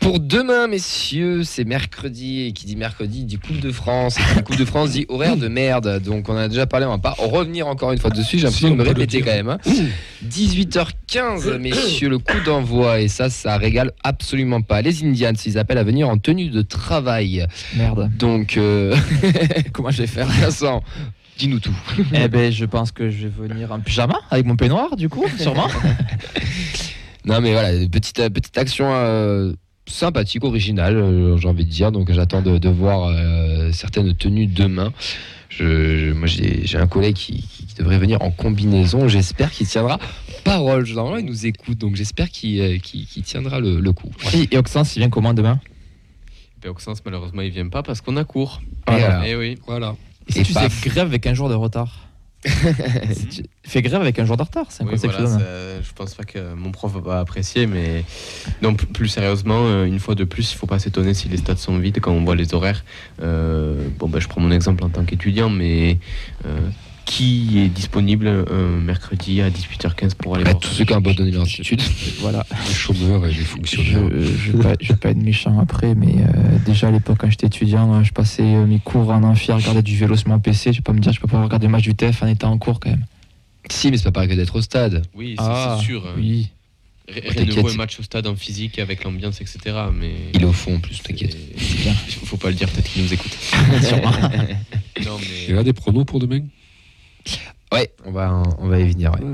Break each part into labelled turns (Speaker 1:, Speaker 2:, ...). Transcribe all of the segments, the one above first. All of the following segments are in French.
Speaker 1: pour demain, messieurs. C'est mercredi. Et qui dit mercredi dit Coupe de France. Et qui dit Coupe de France dit horaire de merde. Donc on en a déjà parlé. On va pas revenir encore une fois dessus. J'ai l'impression
Speaker 2: Si,
Speaker 1: de me
Speaker 2: on peut le
Speaker 1: répéter
Speaker 2: dire.
Speaker 1: quand même. hein. 18h15, messieurs, le coup d'envoi. Et ça, ça régale absolument pas. Les Indians, ils appellent à venir en tenue de travail.
Speaker 3: Merde.
Speaker 1: Donc, euh,
Speaker 3: Comment je vais faire
Speaker 1: Vincent, dis-nous tout.
Speaker 3: Eh ben, je pense que je vais venir en pyjama avec mon peignoir, du coup, sûrement.
Speaker 1: Non, mais voilà, petite, euh, petite action euh, sympathique, originale, euh, j'ai envie de dire. Donc, j'attends de, de voir euh, certaines tenues demain. Je, je- moi, j'ai j'ai un collègue qui, qui- qui devrait venir en combinaison. J'espère qu'il tiendra parole. Normalement, il nous écoute, donc j'espère qu'il euh, qu'il- qu'il tiendra le, le coup.
Speaker 3: Et, et Oxens, il vient comment demain
Speaker 4: Ben, Auxence, malheureusement, il vient pas parce qu'on a cours.
Speaker 3: Ah,
Speaker 1: Et, euh,
Speaker 4: Eh oui.
Speaker 1: Voilà.
Speaker 3: Et si
Speaker 1: Et
Speaker 3: tu fais
Speaker 1: paf.
Speaker 3: grève avec un jour de retard Si tu Fais grève avec un jour de retard, c'est un
Speaker 4: Oui,
Speaker 3: conseil que
Speaker 4: voilà,
Speaker 3: je te donne.
Speaker 4: ça- je pense pas que mon prof va apprécier, mais non, p- plus sérieusement, euh, une fois de plus, il faut pas s'étonner si les stades sont vides quand on voit les horaires. Euh, bon, ben, je prends mon exemple en tant qu'étudiant, mais euh, qui est disponible euh, mercredi à 18h15 pour aller
Speaker 1: Bah,
Speaker 4: voir
Speaker 1: tous ceux qui ont abandonné leur attitude.
Speaker 3: Voilà.
Speaker 2: Les chômeurs et les
Speaker 3: Je,
Speaker 2: fonctionnaires.
Speaker 3: je, vais pas, je vais pas être méchant après, mais euh, déjà à l'époque, quand j'étais étudiant, moi, je passais euh, mes cours en amphi à regarder du vélo sur mon PC. Je vais pas me dire, je peux pas regarder le match du TF en étant en cours quand même.
Speaker 1: Si, mais c'est pas pareil que d'être au stade.
Speaker 4: Oui, c'est
Speaker 3: Ah,
Speaker 4: c'est sûr. hein.
Speaker 3: Oui. Oh,
Speaker 4: Ré- Rien ne
Speaker 1: T'inquiète.
Speaker 4: vaut un match au stade en physique avec l'ambiance, etc. Mais
Speaker 1: Il est au fond, en plus, t'inquiète.
Speaker 4: C'est- Faut pas le dire, peut-être qu'il nous écoute. Non,
Speaker 2: Il y
Speaker 4: mais
Speaker 2: a des pronos pour demain
Speaker 1: Ouais, on va, on va y venir. ouais.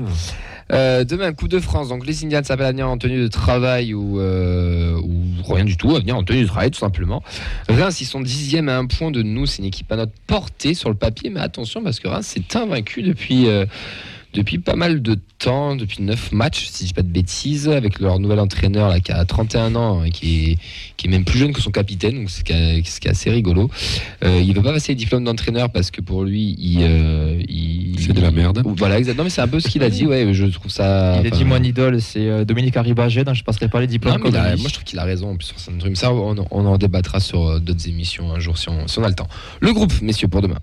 Speaker 1: Euh, demain, coup de France. Donc, les Indians s'appellent à venir en tenue de travail ou, euh, ou rien du tout, à venir en tenue de travail, tout simplement. Reims, ils sont dixième à un point de nous. C'est une équipe à notre portée sur le papier, mais attention parce que Reims s'est invaincu depuis. euh, depuis pas mal de temps, depuis 9 matchs, si je dis pas de bêtises, avec leur nouvel entraîneur là, qui a 31 ans et qui est, qui est même plus jeune que son capitaine, donc c'est ce qui est assez rigolo. Euh, il veut pas passer le diplôme d'entraîneur parce que pour lui, il. euh, il-
Speaker 2: C'est de la merde.
Speaker 1: Ou- Voilà, exact. Non, mais c'est un peu ce qu'il a dit, ouais, je trouve ça.
Speaker 3: Ah, Il a dit,
Speaker 1: enfin,
Speaker 3: moi, un idole, c'est euh, Dominique Arribagé, donc je passerai pas les diplômes.
Speaker 1: Ah, non, mais
Speaker 3: comme
Speaker 1: il a-
Speaker 3: lui.
Speaker 1: moi je trouve qu'il a raison en plus sur certains trucs. Ça, on, on en débattra sur euh, d'autres émissions un jour si on, si on a le temps. Le groupe, messieurs, pour demain.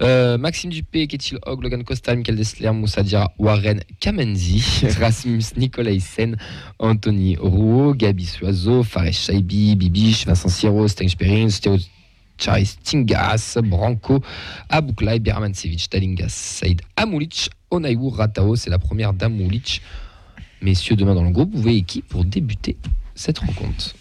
Speaker 1: Euh, Maxime Dupé, Ketil Hogg, Logan Costa, Michael Dessler, Moussa Dira, Warren Kamenzi, Rasmus Nicolaisen, Anthony Rouault, Gabi Suazo, Fares Shaibi, Bibiche, Vincent Siro, Stengs Perrin, Steo Charis Tingas, Branco, Abouklai, Bermancevic, Talingas, Saïd Amoulic, Onaiwu, Ratao, c'est la première d'Amoulic. Messieurs, demain dans le groupe, vous voyez qui pour débuter cette rencontre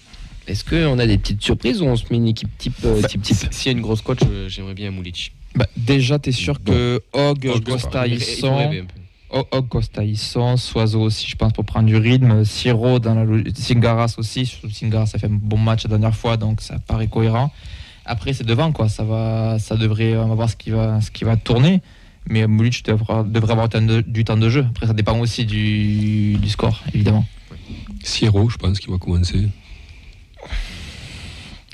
Speaker 1: Est-ce qu'on a des petites surprises ou on se met une équipe type euh, type type
Speaker 4: s'il y a une grosse coach, euh, j'aimerais bien Moulich.
Speaker 3: Bah, déjà, t'es sûr
Speaker 1: Bon.
Speaker 3: que Hogg,
Speaker 1: Hogg,
Speaker 3: Costa,
Speaker 4: Il-
Speaker 3: ils
Speaker 4: il faut
Speaker 3: sont.
Speaker 4: rêver un peu.
Speaker 3: Hog- Hog, Costa, ils sont. Soiseau aussi, je pense, pour prendre du rythme. Siro dans la lo- Singaras aussi. Surtout Singaras a fait un bon match la dernière fois, donc ça paraît cohérent. Après, c'est devant, quoi. Ça va, ça devrait, on va voir ce qui va, ce qui va tourner. Mais Moulich devra- devrait avoir du temps de- du temps de jeu. Après, ça dépend aussi du, du score, évidemment.
Speaker 2: Siro, je pense, qui va commencer.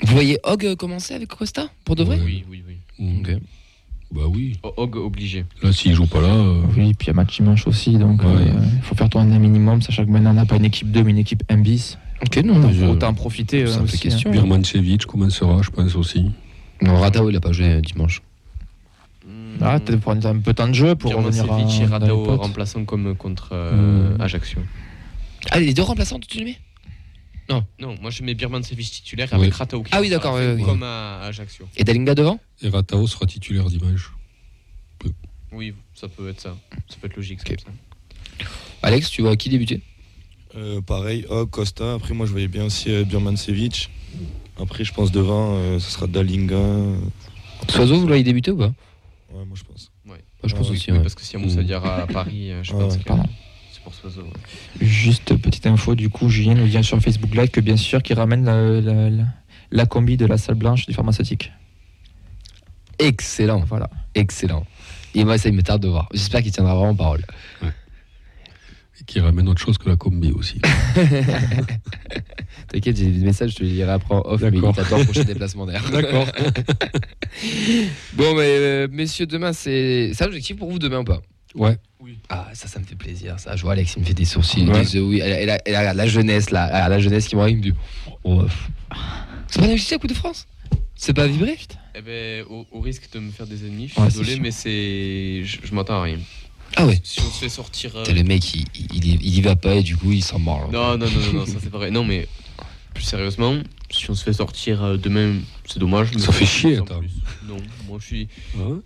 Speaker 1: Vous voyez Hogg euh, commencer avec Costa pour de vrai
Speaker 4: Oui, oui, oui.
Speaker 2: Mm.
Speaker 1: Ok.
Speaker 2: Bah oui.
Speaker 4: O- Hog obligé.
Speaker 2: Là, s'il joue pas là. euh,
Speaker 3: Oui, puis il y a match dimanche aussi, donc
Speaker 2: Ouais.
Speaker 3: euh, il faut faire tourner un minimum, sachant que maintenant on n'a pas une équipe 2, mais une équipe M bis.
Speaker 1: Ok, non, mais je-
Speaker 3: Autant en profiter.
Speaker 1: ça
Speaker 3: euh,
Speaker 1: me fait
Speaker 3: aussi,
Speaker 1: question.
Speaker 2: hein.
Speaker 1: hein.
Speaker 2: Birmancevic commencera, je pense aussi.
Speaker 1: Non, Ratao il a pas joué euh, dimanche.
Speaker 3: hein. Ah, peut-être prendre un peu de temps de jeu pour revenir à,
Speaker 4: Pirmancevic et
Speaker 3: dans les
Speaker 4: Radao
Speaker 3: potes.
Speaker 4: remplaçant comme contre euh,
Speaker 2: Mm.
Speaker 4: Ajaccio.
Speaker 1: Ah, les deux remplaçants, tu les mets
Speaker 4: Non, moi je mets Birmancevic titulaire
Speaker 2: Oui.
Speaker 4: avec Ratao qui
Speaker 1: Ah oui,
Speaker 4: sera
Speaker 1: d'accord,
Speaker 4: fait
Speaker 1: oui, oui.
Speaker 4: Comme à à Ajaccio.
Speaker 1: Et Dalinga devant
Speaker 2: Et Ratao sera titulaire dimanche.
Speaker 4: Oui, ça peut être ça. Ça peut être logique. c'est
Speaker 1: Ok.
Speaker 4: comme ça.
Speaker 1: Alex, tu vois qui débuter
Speaker 5: Euh, pareil, Hogg, Costa. Après, moi, je voyais bien aussi euh, Birmancevic. Après, je pense devant, euh, ce sera Dalinga. Euh,
Speaker 1: Soiseau, vous voyez débuter ou pas
Speaker 5: Ouais, moi, je pense.
Speaker 1: Moi, Je pense
Speaker 5: Ah, oui,
Speaker 1: aussi,
Speaker 4: Euh, Oui,
Speaker 1: ouais.
Speaker 4: Parce que si y a Moussa Diarra à Paris, euh, je
Speaker 5: Ah,
Speaker 4: pense
Speaker 5: ouais.
Speaker 4: que
Speaker 3: Pardon.
Speaker 4: c'est pour Soiseau. ouais.
Speaker 3: Juste petite info, du coup, Julien nous vient sur Facebook Live que bien sûr, qu'il ramène la, la- la- la combi de la salle blanche du pharmaceutique.
Speaker 1: Excellent,
Speaker 3: Voilà.
Speaker 1: excellent. Et moi, ça il me tarde de voir. J'espère qu'il tiendra vraiment parole.
Speaker 2: Et qui ramène autre chose que la combi aussi. Hein
Speaker 1: T'inquiète, j'ai des messages, je te les lirai après en off, mais
Speaker 2: D'accord.
Speaker 1: il t'attend au prochain déplacement d'air.
Speaker 2: D'accord.
Speaker 1: Bon, mais euh, messieurs, demain, c'est c'est un objectif pour vous demain ou pas
Speaker 2: Ouais.
Speaker 1: Ah, ça, ça me fait plaisir. Ça, je vois Alex, il me fait des sourcils.
Speaker 2: Ouais.
Speaker 1: des yeux, oui. Elle, elle- elle regarde la jeunesse, là. Elle regarde la jeunesse qui me regarde, il me dit Oh, pff. C'est pas un objectif à Coupe de France C'est pas vibré
Speaker 4: Eh ben, au, au risque de me faire des ennemis, je suis
Speaker 3: Ouais, c'est
Speaker 4: désolé,
Speaker 3: sûr.
Speaker 4: mais c'est, je, je m'attends à rien.
Speaker 1: Ah ouais.
Speaker 4: Si on se fait sortir. euh,
Speaker 1: Putain, le mec, il, il, il y va pas et du coup, il s'en mord. là.
Speaker 4: Non, non, non, non, non, ça c'est pas vrai. Non, mais plus sérieusement, si on se fait sortir euh, demain, c'est dommage. mais
Speaker 2: Ça fait chier,
Speaker 4: en
Speaker 2: attends.
Speaker 4: plus. Non, moi je suis.
Speaker 2: Ouais.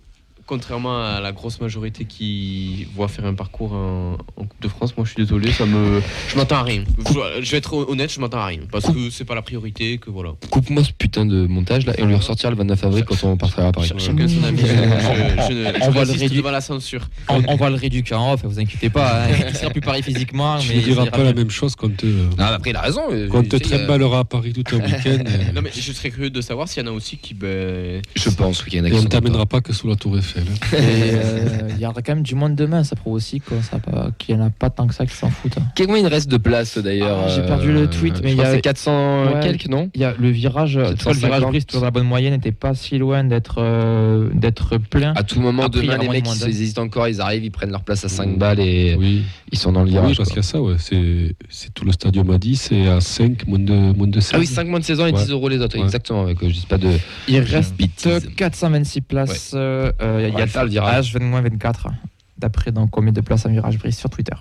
Speaker 4: Contrairement à la grosse majorité qui voit faire un parcours en, en Coupe de France, moi je suis désolé, ça me. Je m'attends à rien. Je, je vais être honnête, je m'attends à rien. Parce que c'est pas la priorité, que voilà.
Speaker 1: Coupe-moi ce putain de montage là et on le ressortira le 29 avril quand on partira à Paris.
Speaker 4: Ch- Chacun son avis. Je, je, ne- je
Speaker 3: On va le
Speaker 4: résiste
Speaker 3: réduire.
Speaker 4: devant la censure.
Speaker 3: On, on va le réduire en off, vous inquiétez pas. hein. Il sera plus pareil physiquement.
Speaker 2: Tu
Speaker 3: mais
Speaker 2: ne
Speaker 3: il
Speaker 2: diras
Speaker 3: ira
Speaker 2: pas la
Speaker 3: mieux.
Speaker 2: même chose quand te,
Speaker 1: Ah, mais après, il a raison. euh,
Speaker 2: quand
Speaker 1: tu
Speaker 2: te
Speaker 1: sais, euh,
Speaker 2: trimballera à Paris tout un week-end. euh,
Speaker 4: Non mais je serais curieux de savoir s'il y en a aussi qui. Ben,
Speaker 1: Je pense qu'il y en a
Speaker 2: Et
Speaker 1: qui
Speaker 2: on
Speaker 1: sont
Speaker 2: ne t'amènera
Speaker 1: contents.
Speaker 2: pas que sous la Tour Eiffel. hein.
Speaker 3: Et, euh, Il y aura quand même du monde demain, ça prouve aussi quoi, ça pas- qu'il n'y en a pas tant que ça qui s'en foutent. hein.
Speaker 1: Combien il reste de place d'ailleurs
Speaker 3: Ah, j'ai perdu
Speaker 1: euh,
Speaker 3: le tweet,
Speaker 1: je
Speaker 3: mais il y
Speaker 1: crois que
Speaker 3: a-
Speaker 1: c'est 400
Speaker 3: Ouais.
Speaker 1: quelques, non
Speaker 3: Il y a le virage, en tout cas, le virage
Speaker 1: 750.
Speaker 3: brise toujours dans la bonne moyenne, n'était pas si loin d'être euh, d'être plein.
Speaker 1: À tout moment,
Speaker 3: Après, il y
Speaker 1: demain,
Speaker 3: a
Speaker 1: les
Speaker 3: moins
Speaker 1: mecs,
Speaker 3: de monde.
Speaker 1: ils hésitent encore, ils arrivent, ils prennent leur place à 5 balles et
Speaker 2: Oui,
Speaker 1: ils sont dans le
Speaker 2: oui
Speaker 1: virage.
Speaker 2: parce
Speaker 1: quoi.
Speaker 2: qu'il y a ça, ouais. c'est c'est tout le stadium à 10 et à 5, moins de, moins de 16.
Speaker 1: Ah oui, 5 moins de 16 ans et
Speaker 2: Ouais.
Speaker 1: 10 euros les autres,
Speaker 2: Ouais.
Speaker 1: exactement. Avec, je dis pas de.
Speaker 3: Il reste
Speaker 1: bêtise.
Speaker 3: 426 places. euh, euh, il
Speaker 1: Ouais,
Speaker 3: y a
Speaker 1: faire
Speaker 3: le
Speaker 1: le virage.
Speaker 3: virage 20 moins 24. hein, D'après donc combien de places un virage brise sur Twitter.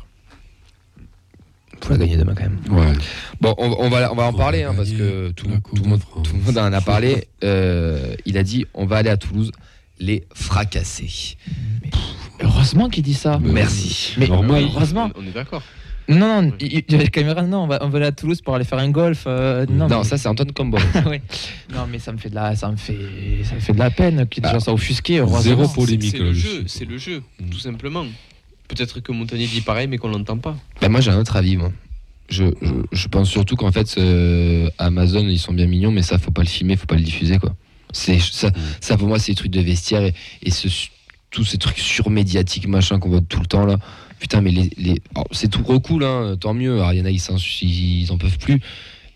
Speaker 1: Faut la gagner demain quand même.
Speaker 2: Ouais.
Speaker 1: Bon, on, on va, on va en
Speaker 2: Faut
Speaker 1: parler hein,
Speaker 2: gagner
Speaker 1: parce que tout,
Speaker 2: la
Speaker 1: tout
Speaker 2: Coupe
Speaker 1: le
Speaker 2: de
Speaker 1: monde,
Speaker 2: France.
Speaker 1: tout le monde en a parlé. Euh, il a dit on va aller à Toulouse les fracasser.
Speaker 3: Heureusement qu'il dit ça.
Speaker 2: Mais-
Speaker 1: Merci.
Speaker 3: Ah, Mais
Speaker 2: normal.
Speaker 3: heureusement.
Speaker 4: Ah On on est d'accord.
Speaker 3: Non, non, il il y avait le caméra. Non, on va, on va aller à Toulouse pour aller faire un golf. euh, non,
Speaker 1: Non,
Speaker 3: mais,
Speaker 1: ça c'est Antoine Combo.
Speaker 3: ouais. non, mais ça me fait de la, ça me fait, ça me fait de la peine qu'il y
Speaker 1: Bah,
Speaker 3: ait des gens soient offusqués. Heureusement.
Speaker 2: Zéro
Speaker 4: C'est-
Speaker 2: polémique.
Speaker 4: C'est
Speaker 2: là,
Speaker 4: le
Speaker 2: dessus,
Speaker 4: jeu,
Speaker 2: quoi.
Speaker 4: c'est le jeu,
Speaker 2: Mm.
Speaker 4: tout simplement. Peut-être que Montagnier dit pareil, mais qu'on l'entend pas.
Speaker 1: Ben, moi j'ai un autre avis moi. Je, je, je pense surtout qu'en fait euh, Amazon ils sont bien mignons mais ça faut pas le filmer, faut pas le diffuser quoi. C'est
Speaker 2: Mm.
Speaker 1: ça, ça pour moi c'est les trucs de vestiaire et, et ce, tous ces trucs surmédiatiques machin qu'on voit tout le temps là. Putain mais les, les- alors, c'est tout recool hein, tant mieux. Alors, il y en a ils, s'en- ils en peuvent plus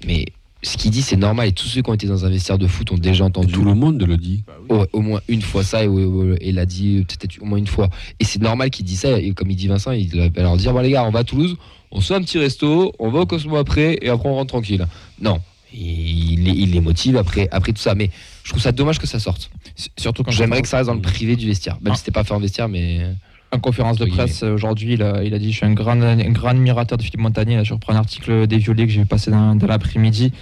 Speaker 1: mais ce qu'il dit c'est normal et tous ceux qui ont été dans un vestiaire de foot ont déjà
Speaker 2: Et
Speaker 1: entendu
Speaker 2: Tout le monde le dit.
Speaker 1: au, au moins une fois ça et, au- au- et l'a dit euh, peut-être au moins une fois. Et c'est normal qu'il dise ça. Et comme il dit Vincent, il va leur dire bon les gars, on va à Toulouse, on se fait un petit resto, on va au Cosmo après et après on rentre tranquille. Non, il, les- il les motive après, après tout ça. Mais je trouve ça dommage que ça sorte.
Speaker 3: S- Surtout quand
Speaker 1: J'aimerais que ça reste dans le privé du vestiaire. Même
Speaker 3: Ah.
Speaker 1: si c'était pas fait en vestiaire, mais
Speaker 3: En conférence de
Speaker 1: Oui,
Speaker 3: presse euh, aujourd'hui, il a, il a dit Je suis un grand, un grand admirateur de Philippe Montagnier. Là, je reprends un article des Violets que j'ai passé dans, dans l'après-midi.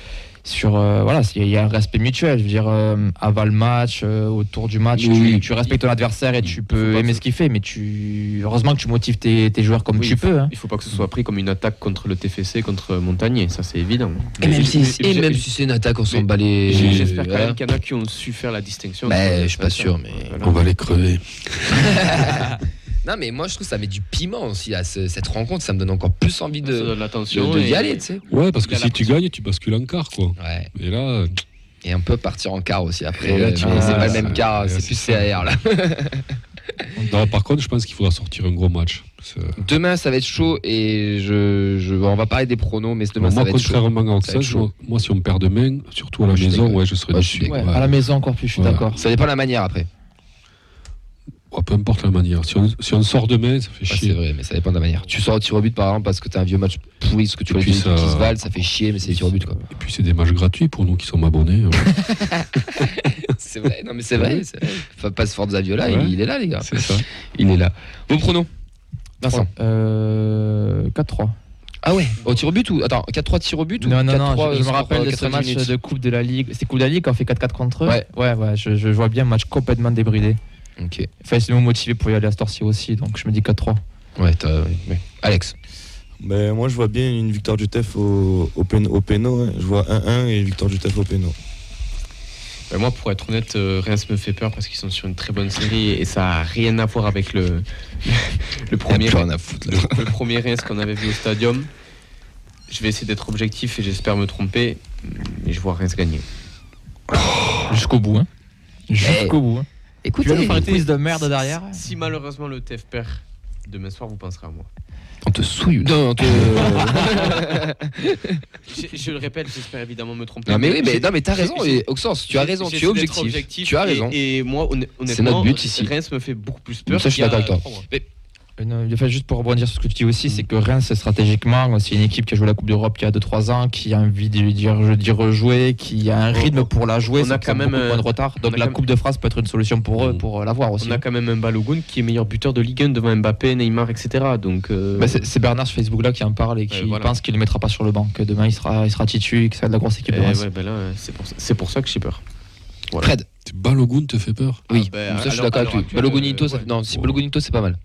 Speaker 3: Sur, euh, voilà, c'est- il y a un respect mutuel. Je veux dire, euh, avant le match, euh, autour du match,
Speaker 1: Oui.
Speaker 3: tu, tu respectes ton adversaire et tu
Speaker 4: Faut
Speaker 3: peux
Speaker 4: pas
Speaker 3: aimer
Speaker 4: que-
Speaker 3: ce qu'il fait, mais tu, heureusement que tu motives tes, tes joueurs comme
Speaker 4: Oui,
Speaker 3: tu peux. hein.
Speaker 4: Il faut pas que ce soit pris comme une attaque contre le TFC, contre Montagnier, ça c'est évident.
Speaker 1: et même
Speaker 4: j'ai-
Speaker 1: si,
Speaker 4: mais- mais-
Speaker 1: c'est une attaque, on
Speaker 4: s'en
Speaker 1: s'en
Speaker 4: bat
Speaker 1: bat
Speaker 4: j'ai- J'espère quand même qu'il y en a qui ont su faire la distinction.
Speaker 1: Ben,
Speaker 4: entre-
Speaker 1: je suis pas
Speaker 4: entre-
Speaker 1: sûr, mais-
Speaker 4: Voilà.
Speaker 2: On va les crever.
Speaker 1: Non mais moi je trouve que ça met du piment aussi à ce- cette rencontre. Ça me donne encore plus envie
Speaker 4: Ça
Speaker 1: de,
Speaker 4: donne
Speaker 1: de,
Speaker 4: l'attention
Speaker 1: de y
Speaker 4: et-
Speaker 1: aller, tu sais.
Speaker 2: Ouais, parce
Speaker 4: Il
Speaker 2: que
Speaker 4: a
Speaker 2: si tu gagnes, tu bascules en quart, quoi.
Speaker 1: Ouais.
Speaker 2: Et là,
Speaker 1: Et on peut partir en quart aussi après.
Speaker 2: Et là, tu
Speaker 1: mais
Speaker 2: vois,
Speaker 1: c'est pas le
Speaker 2: c'est-
Speaker 1: même quart,
Speaker 2: ouais,
Speaker 1: c'est
Speaker 2: c'est
Speaker 1: plus
Speaker 2: ça.
Speaker 1: CAR là.
Speaker 2: non, par contre, je pense qu'il faudra sortir un gros match. C'est-
Speaker 1: Demain, ça va être chaud et je, je- on va parler des pronos, mais demain, ça
Speaker 2: moi,
Speaker 1: va être chaud.
Speaker 2: contrairement à
Speaker 1: Ça va être
Speaker 2: ça, je-
Speaker 1: chaud. Ah,
Speaker 2: moi, si on perd demain, surtout à la
Speaker 1: Je suis
Speaker 2: maison,
Speaker 1: d'accord.
Speaker 2: ouais, je serai
Speaker 1: Ouais, je suis
Speaker 2: déçu.
Speaker 1: d'accord.
Speaker 2: Ouais.
Speaker 3: À la maison, encore plus, je suis
Speaker 2: Ouais.
Speaker 3: d'accord.
Speaker 1: Ça dépend de la manière après.
Speaker 2: Ouais, peu importe la manière. Si on, si on sort demain, ça fait
Speaker 1: Ouais,
Speaker 2: chier.
Speaker 1: c'est vrai, mais ça dépend de la manière. Tu sors au tir au but par exemple parce que t'as un vieux match pourri, ce que tu
Speaker 2: Et
Speaker 1: vois
Speaker 2: puis
Speaker 1: des
Speaker 2: ça-
Speaker 1: équipes qui se valent, ça fait chier, mais c'est les tirs au but quoi.
Speaker 2: Et puis, c'est des matchs gratuits pour nous qui sommes abonnés. ouais.
Speaker 1: c'est vrai, non mais c'est vrai. c'est vrai. Enfin, passe Forza Viola,
Speaker 2: Ouais.
Speaker 1: il, il est là les gars.
Speaker 2: c'est ça.
Speaker 1: Il est là. Vos pronos Vincent.
Speaker 3: Euh, 4-3.
Speaker 1: Ah ouais Au tir au but ou Attends, 4-3 tirs au but ou
Speaker 3: Non, non,
Speaker 1: 4-3
Speaker 3: non, je, je me
Speaker 1: score,
Speaker 3: rappelle de ce
Speaker 1: 90
Speaker 3: match
Speaker 1: minutes
Speaker 3: de Coupe de la Ligue. C'est Coupe de la Ligue on fait 4-4 contre eux
Speaker 1: Ouais.
Speaker 3: ouais, ouais, je, je vois bien un match complètement débridé.
Speaker 1: Ok.
Speaker 3: Enfin, c'est nous motivé pour y aller à Storcy aussi, donc je me dis 4-3.
Speaker 1: Ouais, t'as- ouais. Alex.
Speaker 5: Ben, moi, je vois bien une victoire du TEF au, au, pén- au péno. hein. Je vois 1-1 et une victoire du TEF au péno.
Speaker 4: Ben, moi, pour être honnête, euh, Reims me fait peur parce qu'ils sont sur une très bonne série et ça a rien à voir avec le, le
Speaker 1: Il y a
Speaker 4: premier
Speaker 1: plus rien à foutre là.
Speaker 4: le premier Reims qu'on avait vu au stadium. Je vais essayer d'être objectif et j'espère me tromper, mais je vois Reims gagner.
Speaker 3: Jusqu'au bout, hein. Jusqu'au bout. Hein.
Speaker 1: Écoute,
Speaker 3: Tu vas nous faire une
Speaker 4: écoutez,
Speaker 3: quiz de merde derrière
Speaker 4: Si malheureusement le TF perd demain soir, vous penserez à moi.
Speaker 1: on te souille. Non, on te.
Speaker 4: Je, je le répète, j'espère évidemment me tromper.
Speaker 1: Non Ah, mais oui, mais, non, mais t'as
Speaker 4: j'ai-
Speaker 1: raison,
Speaker 4: j'ai-
Speaker 1: et Auxence, tu as raison,
Speaker 4: J'essaie
Speaker 1: tu es
Speaker 4: d'être
Speaker 1: objectif, Tu as
Speaker 4: et-
Speaker 1: raison.
Speaker 4: Et, moi, honn- honnêtement,
Speaker 1: notre but ici.
Speaker 4: Reims me fait beaucoup plus peur.
Speaker 1: Ça, je suis
Speaker 4: qu'il y a
Speaker 1: d'accord avec toi.
Speaker 4: trois mois.
Speaker 1: Mais
Speaker 3: une- enfin, juste pour rebondir sur ce que tu dis aussi, c'est que Reims, stratégiquement, c'est une équipe qui a joué la Coupe d'Europe il y a 2-3 ans, qui a envie d'y dire- d'y rejouer, qui a un
Speaker 4: On-
Speaker 3: rythme pour la jouer.
Speaker 4: on
Speaker 3: c'est
Speaker 4: a
Speaker 3: que
Speaker 4: quand
Speaker 3: ça
Speaker 4: même,
Speaker 3: beaucoup de points de
Speaker 4: euh,
Speaker 3: retard.
Speaker 4: on
Speaker 3: Donc
Speaker 4: a
Speaker 3: la
Speaker 4: quand
Speaker 3: Coupe de France peut être une solution pour eux,
Speaker 4: Mm.
Speaker 3: pour euh, l'avoir aussi.
Speaker 4: On a quand même un Balogun qui est meilleur buteur de Ligue 1 devant Mbappé, Neymar, etc. Donc, euh,
Speaker 3: Bah, c'est c'est Bernard sur Facebook là qui en parle et qui
Speaker 4: Ouais, voilà.
Speaker 3: pense qu'il ne le mettra pas sur le banc, que demain il sera, il sera titu et que ça va être la grosse équipe de
Speaker 4: eh
Speaker 3: Reims.
Speaker 4: ouais, bah là, euh, c'est pour, ça- c'est pour ça que j'ai peur. Voilà.
Speaker 1: Fred.
Speaker 2: Tu- Balogun te fait peur
Speaker 1: Oui,
Speaker 4: Ah, bah,
Speaker 1: ça, je suis d'accord
Speaker 4: alors-
Speaker 1: avec
Speaker 4: alors
Speaker 1: lui.
Speaker 4: actuelle,
Speaker 1: Balogunito,
Speaker 4: euh,
Speaker 1: ça-
Speaker 4: ouais.
Speaker 1: non, si Balogunito, c'est pas mal.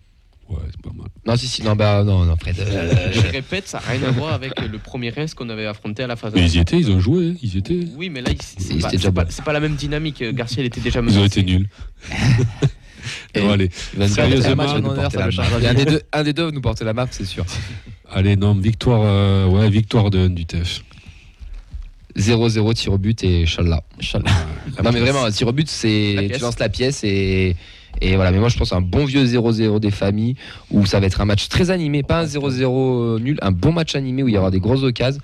Speaker 2: Ouais, c'est pas mal.
Speaker 1: Non, si, si, non, bah, non, non, Fred. euh,
Speaker 4: Je répète, ça n'a rien à voir avec le premier Reims qu'on avait affronté à la phase.
Speaker 2: Mais ils y
Speaker 4: aller.
Speaker 2: étaient, ils ont joué, hein, ils y étaient.
Speaker 4: Oui, mais là, il- c'est
Speaker 1: Ils
Speaker 4: pas,
Speaker 1: étaient
Speaker 4: c'est
Speaker 1: déjà
Speaker 4: pas-
Speaker 1: bons.
Speaker 4: c'est pas la même dynamique. euh, Garcia, il était déjà
Speaker 2: Ils ont
Speaker 4: menacé.
Speaker 2: été nuls.
Speaker 1: Et-
Speaker 2: Non, allez,
Speaker 1: il va nous
Speaker 2: Sérieusement,
Speaker 1: porter la marque,
Speaker 2: on
Speaker 1: il va nous
Speaker 3: en est
Speaker 1: porter
Speaker 3: à
Speaker 1: la
Speaker 3: ça,
Speaker 1: marque.
Speaker 3: le
Speaker 1: Il y a un des deux- Un des deux va nous porter la marque, c'est sûr.
Speaker 2: allez, non, victoire, euh, ouais, victoire de NDTF.
Speaker 1: 0-0 tir au but et Inch'Allah. Non, mais vraiment, un tir au but,
Speaker 4: La
Speaker 1: c'est. Tu
Speaker 4: pièce.
Speaker 1: lances la pièce et. Et voilà, mais moi je pense à un bon vieux 0-0 des familles où ça va être un match très animé, pas un 0-0 nul, un bon match animé où il y aura des grosses occasions,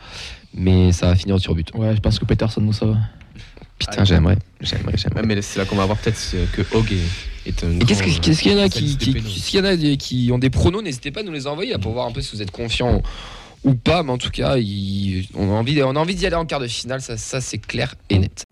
Speaker 1: mais ça va finir au tir-but.
Speaker 3: Ouais, je pense que Peterson nous sauve.
Speaker 1: Putain, j'aimerais, j'aimerais,
Speaker 4: Ouais,
Speaker 1: j'aimerais.
Speaker 4: mais c'est là qu'on va voir peut-être euh, que Hogg est, est un.
Speaker 1: Et qu'est-ce que-
Speaker 4: grand,
Speaker 1: qu'est-ce qu'il y en a qui,
Speaker 4: spécialiste des
Speaker 1: qui-
Speaker 4: pénaux.
Speaker 1: qu'est-ce qu'il y en a des- qui ont des pronos N'hésitez pas à nous les envoyer là, pour voir un peu si vous êtes confiant ou pas. Mais en tout cas, il- on a envie, on a envie d'y aller en quart de finale. Ça, ça c'est clair et net.